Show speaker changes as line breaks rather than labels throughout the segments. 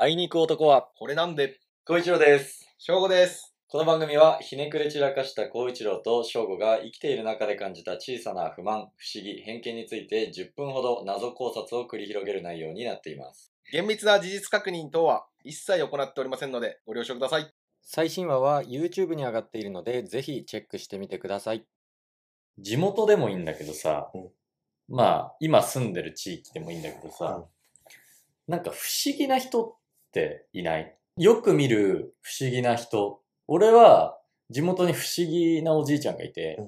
あいに行く男は、
これなんで、
孝一郎です。
正午です。
この番組は、ひねくれ散らかした孝一郎と正吾が生きている中で感じた小さな不満、不思議、偏見について10分ほど謎考察を繰り広げる内容になっています。
厳密な事実確認等は一切行っておりませんので、ご了承ください。
最新話は YouTube に上がっているので、ぜひチェックしてみてください。地元でもいいんだけどさ、
うん
まあ、今住んでる地域でもいいんだけどさ、なんか不思議な人っていないよく見る不思議な人。俺は地元に不思議なおじいちゃんがいて、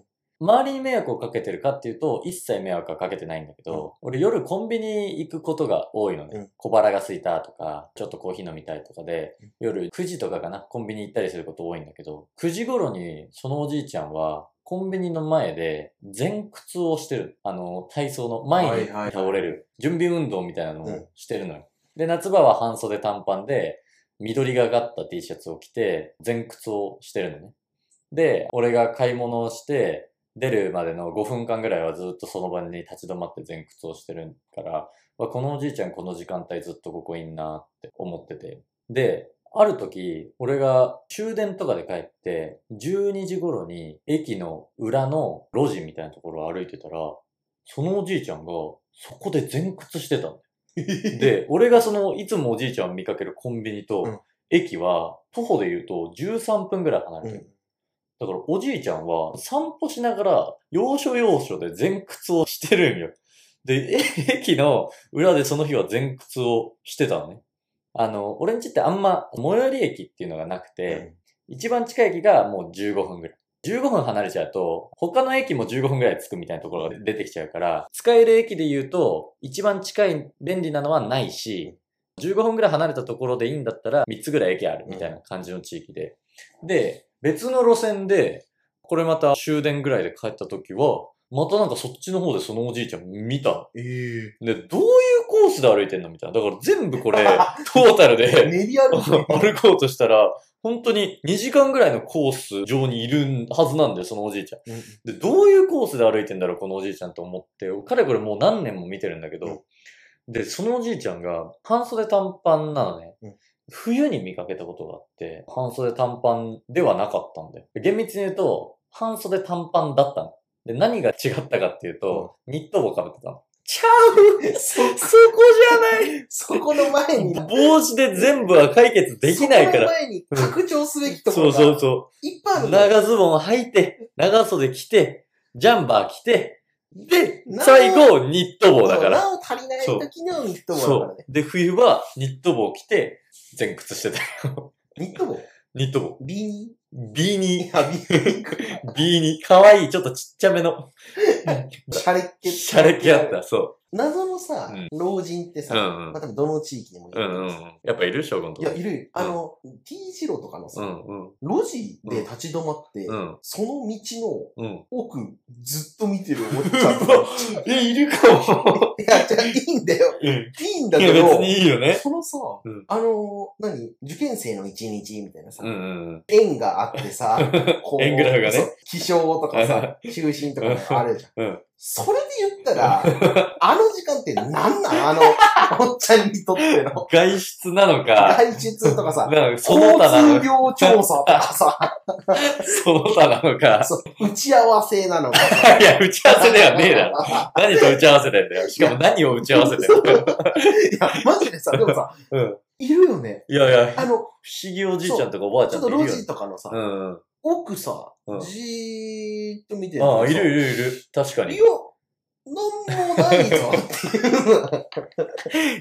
周りに迷惑をかけてるかっていうと、一切迷惑はかけてないんだけど、俺夜コンビニ行くことが多いのね。
うん
小腹が空いたとか、ちょっとコーヒー飲みたいとかで、夜9時とかかな、コンビニ行ったりすること多いんだけど、9時頃にそのおじいちゃんは、コンビニの前で前屈をしてる。あの、体操の前に倒れる。準備運動みたいなのをしてるのよ。で、夏場は半袖短パンで、緑がかった T シャツを着て、前屈をしてるのね。で、俺が買い物をして、出るまでの5分間ぐらいはずっとその場に立ち止まって前屈をしてるから、わこのおじいちゃんこの時間帯ずっとここいんなって思ってて。で、ある時、俺が終電とかで帰って、12時頃に駅の裏の路地みたいなところを歩いてたら、そのおじいちゃんがそこで前屈してたんだ よ。で、俺がそのいつもおじいちゃんを見かけるコンビニ
うん
と駅は徒歩で言うと13分ぐらい離れてる。だからおじいちゃんは散歩しながら要所要所で前屈をしてるんよ。で、え 駅の裏でその日は前屈をしてたのね。あの、俺ん家ってあんま最寄り駅っていうのがなくて、一番近い駅がもう15分ぐらい。15分離れちゃうと、他の駅も15分ぐらい着くみたいなところが出てきちゃうから、使える駅で言うと、一番近い便利なのはないし、15分ぐらい離れたところでいいんだったら、3つぐらい駅あるみたいな感じの地域で。で、別の路線で、これまた終電ぐらいで帰った時は、またなんかそっちの方でそのおじいちゃん見たの
え
で、どういうコースで歩いてんのみたいな。だから全部これ、トータル
え
で
メディアル
歩こうとしたら、本当に2時間ぐらいのコース上にいるはずなんだよ、そのおじいちゃん。で、どういうコースで歩いてんだろう、このおじいちゃんと思って、かれこれもう何年も見てるんだけど、で、そのおじいちゃんが半袖短パンなのね。
うん
冬に見かけたことがあって、半袖短パンではなかったんだよ。厳密に言うと、半袖短パンだったの。で、何が違ったかっていうと、ニット帽かぶってたの。ちゃう そこじゃない
そこの前に、
帽子で全部は解決できないか
そこの
ら。
前に拡張すべきとこ
そ
ろ
う
が
そうそう。
いっぱいあるんだよ
長ズボン履いて、長袖着て、ジャンバー着て、で、
なあ
最後、ニット帽だか
そ
ら。
うなお足りない時のニット帽だから
そ
ね。
う。で、冬はニット帽着て、前屈してた よ。
ニット帽
ニット帽。
ビーニ
ビー
ーい
ニ
や、ビーニーか。
ー、ビーニー、かわいい、ちょっとちっちゃめの、
シャレっ気。
シャレ気あった、そ
謎のさ、
うん
老人って
う。
さ、
うんうん
まあ、多分どの地域にもい。
う
る
んうん。やっぱいる将軍と
い
か
や、。いる。あの、T 字路とかの
う
さ、
んうん。
路地で立ち止まって、
うん
その道の
うん。
奥、ずっと見てるおっちゃんと
う
か
わえ、いるかも。
いや、じゃあいいんだよ。
うん。
いいんだ
い
け
や、別
ど、
にいいよね。
そのさ、
うん
あのー、何受験生の一日みたいなさ、
うんうん
縁があっ てさ、こ
円グラフがね
そう気象とかさ、中心とかあるじゃ
う
ん。
ん。うん。
それで言った ら、あの時間ってなんなんあの、おっちゃんにとっての。
外出なのか、
外出とかさ、
なんかその
交
他なの
通
か、
量調査とかさ、
その他なのか。
そう打ち合わせなのか。
いや、打ち合わせではねえだろ。何と打ち合わせてんだよ。しかも何を打ち合わせてんだよ。
いや、マジでさ、でもさ、
うん。
いるよね。
いやいや、
あの、
不思議おじいちゃんとかおばあちゃ
ちょ
ん
っ
と
と
かいる
路
よね。
地とかのさ
う、んうん。
奥さ
う、ん
じーっと見て
ああ、い
さ
るいるいる。確か
い
に
や。、なんもないぞっていう。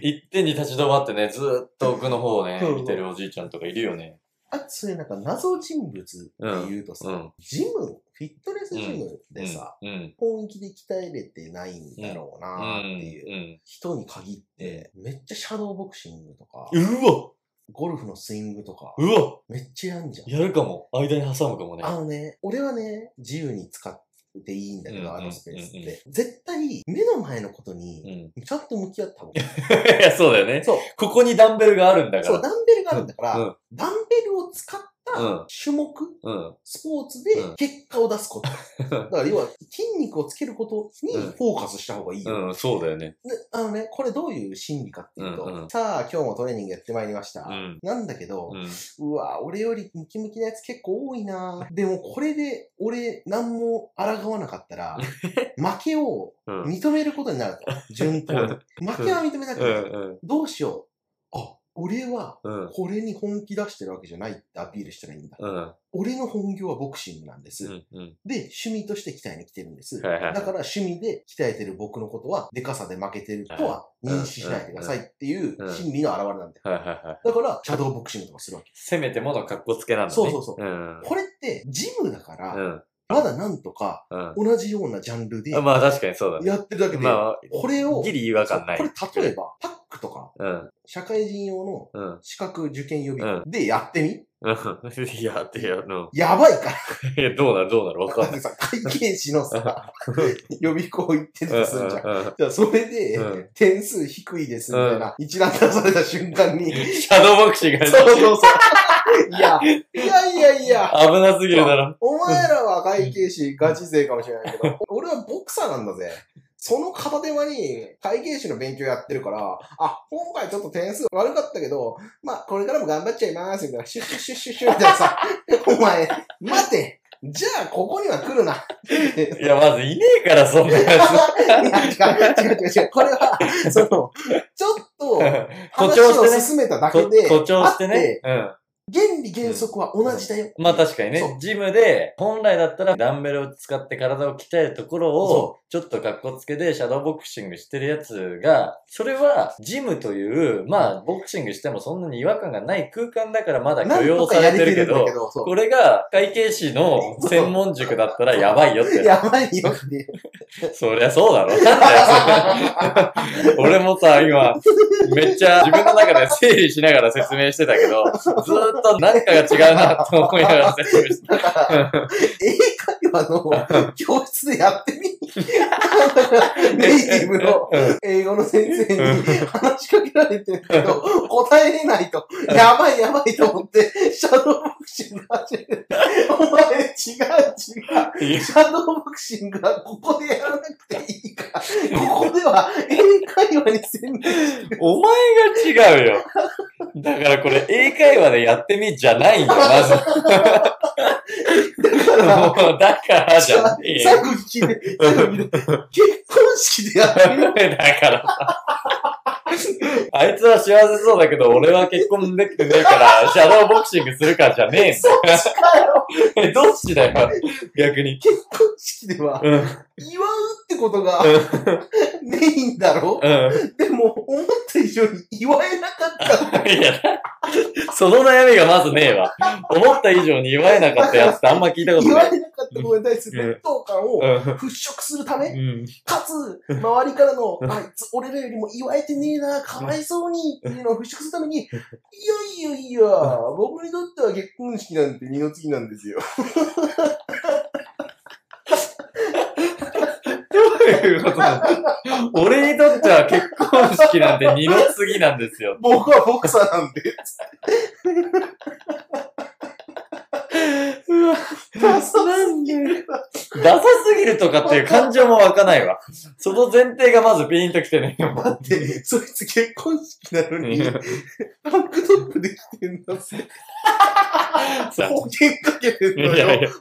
一点に立ち止まってね、ずーっと奥の方をね
う、ん
見てるおじいちゃんとかいるよね。
あと、それなんか謎人物っていうとさ、
うん。
ジム、フィットネスジム
う
で
ん
さ、。
うん。
本気で鍛えれてないんだろう
う
なーっていう。
ん。
人に限って、めっちゃシャドーボクシングとか
う、ん。うわ
ゴルフのスイングとか、
うわ
めっちゃやんじゃん。
やるかも。間に挟むかもね。
あのね、俺はね、自由に使っていいんだけ
うんうん
ど、あのスペースっ
うんうん
て。絶対、目の前のこと
うん。
に、
い
ちゃんと向き合った方がいい。
や、そうだよね。
そう、
ここにダンベルがあるんだか
そう、
ら。
ダンベルがあるんだから、
うん
ダンベルを使った
うん
た種目、
うん。
スポーツで
うん
結果を出すこと。 だから要は筋肉をつけることに
うん
フォーカスした方がいいよ。
うん、そうだよね。
で、あのね、これどういう心理かっていうと、
うんうん
さあ今日もトレーニングやってまいりました。
うん。
なんだけど、
うん。
うわ、俺よりムキムキなやつ結構多いなでもこれで俺何も抗わなかったら、 負けを
うん。
認めることになると。順当に。負けは認めなく
う
なる。
ん。
どうしよう。あ、俺は
うん。
これに本気出してるわけじゃないってアピールしたらいいんだ。
うん。
俺の本業はボクシングなんです。
うん。うん。
で、趣味として鍛えに来てるんです。
はいはいはい
だから趣味で鍛えてる僕のことは、でかさで負けてるとは認識しないでくださいっていう
うんうん
心理の表れなんだよ。
はいはいはい。
だから、シャドーボクシングとかするわけ。
せめてもの格好つけなんだね。
そうそうそ
う
う
ん。
これって、ジムだか
う
ら、
ん。
まだなんとか
うん。
同じようなジャンルで
あまあ確かにそうだね。
やってるだけで、
まあ、
これを、
ギリ違和感ない。
これ例えば、パックとか、
うん。
社会人用の
うん。
資格受験予備校でやってみ、
うん。 いや、ってやの。
やばいから。
いや、どうなるどうなるわかん
だっ
な
て
い。
さ、会計士のさ、予備校行ってる
うん
とするじゃん。
うんうん
じゃあ、それで、
うん
点数低いですみたいな、一覧出された瞬 間に、
シャドーボクシング
そう
が
そうそう。いや、いやいやいや、
危なすぎるだろ。
お前らは会計士ガチ勢かもしれないけ ど、俺はボクサーなんだぜ。その片手間に会計士の勉強やってるから、あ、今回ちょっと点数悪かったけど、まあ、これからも頑張っちゃいます、みたいな、シュッシュッシュッシュッシュッみたいなさ、 お前、待てじゃあ、ここには来るな。
いや、まずいねえから、そんなや つ。
違う違う違う違う。これは、その、ちょっと、
誇
話
張してね
を進めただけ
こ
で、
誇張して
あっ
ね。うん。
原理原則は同じだよ。
まあ確かに
そ
ね、ジムで、本来だったらダンベルを使って体を鍛えるところを
そ、
ちょっと格好つけでシャドーボクシングしてるやつが、それはジムという、まあボクシングしてもそんなに違和感がない空間だからまだ
な
許
んと
容
か
さ
や
れ
れ
て
て
るけ
る
ど
んだけ、ど、そ
これが会計士の専門塾だったらやばいよっ
う。
て。
やばいよっていう。
そりゃそう だろ。なんだよ、それ俺もさ、今、めっちゃ自分の中で整理しながら説明してたけど、ずーっと何かが違うなと思いながら説明して
だから、英会話の教室でやってみ。ネイティブの
うん
英語の先生に話しかけられてるけど、答えれないと、やばいやばいと思って、シャドーボクシング始める。お前、違う違う。
た。いや
シャドーボクシングはここでやらなくていいから、ここでは英会話に専念
お前が違うよ。だからこれ、英会話でやってみじゃないんだよ、まず。
だから、
もう、だから じゃねえ
最
よ。
後に聞いて、最後に聞いて結婚式でやって
だ
る。
からさ。あいつは幸せそうだけど、俺は結婚できてねえから、シャドーボクシングするからじゃねえんだよ。え、どっちだよ、逆に。
結婚式では
うん、うん、
祝うってことがメインだろ
う
でも、思った以上に祝えなかった。
ん。いや、その悩みがまずねえわ。思った以上に祝えなかったやつってあんま聞いたこと
祝
ない。
えなかったことに対する劣等感
う
を
ん
払拭するため、
うん。
かつ、周りからの、あいつ、俺らよりも祝えてねえな、かわいそうに、っていうのを払拭するために、いやいやいや、僕にとっては結婚式なんて二の次なんですよ。
どういうことなの俺にとっては結婚式なんて二の次なんですよ。
僕はボクサーなんで。
うわ、ダサすぎる。ダサすぎるとかっていう感情も湧かないわ。その前提がまずピンときてねえ
だ
よ。
って、 そいつ結婚式なのに、タンクトップで来 てんだぜ。保険かけてん
い
の
やい
よ。
や、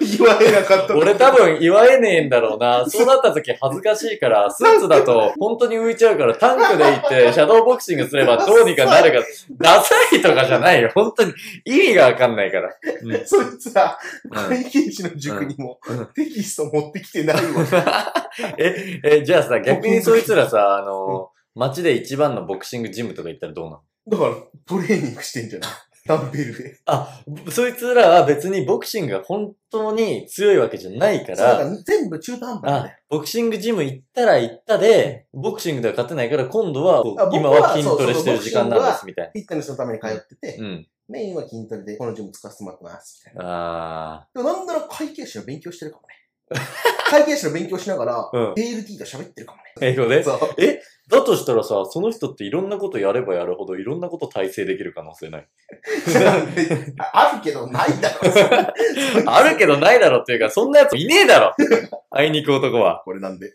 祝えなかった。
俺多分祝えねえんだろうな。そうなった時恥ずかしいから、スーツだと本当に浮いちゃうからタンクで行ってシャドーボクシングすればどうにかなるが、ダサいとかじゃないよ。本当に意味がわかんないから。うん
そいつは、
うん
会計士の塾にも
うん
テキスト持ってきてないわ。
え、え、じゃあさ、逆にそいつらさ、あの、街で一番のボクシングジムとか行ったらどうなの
だから、トレーニングして んじゃないダンベルで。
あ、そいつらは別にボクシングが本当に強いわけじゃないか、
そうだからら全部中途半端なん
あ
だよ。、
ボクシングジム行ったら行ったで、ボクシングでは勝てないから今度は
あ、僕は
今は筋トレしてる時間なんですみたい
フィットネスのために通ってて、
な。うん。
メインは筋トレで、このジム使わせてもらってます。みたいな。
あ
でもなんなら会計士の勉強してるかもね。会計士の勉強しながら、
うん
ALT と喋ってるかもね。
ー。英語で
そう。
え、だとしたらさ、その人っていろんなことやればやるほどいろんなこと体制できる可能性 ない。
なんでああるけどないだろ。
あるけどないだろっていうか、そんなやついねえだろあいにく男は。
これなんで。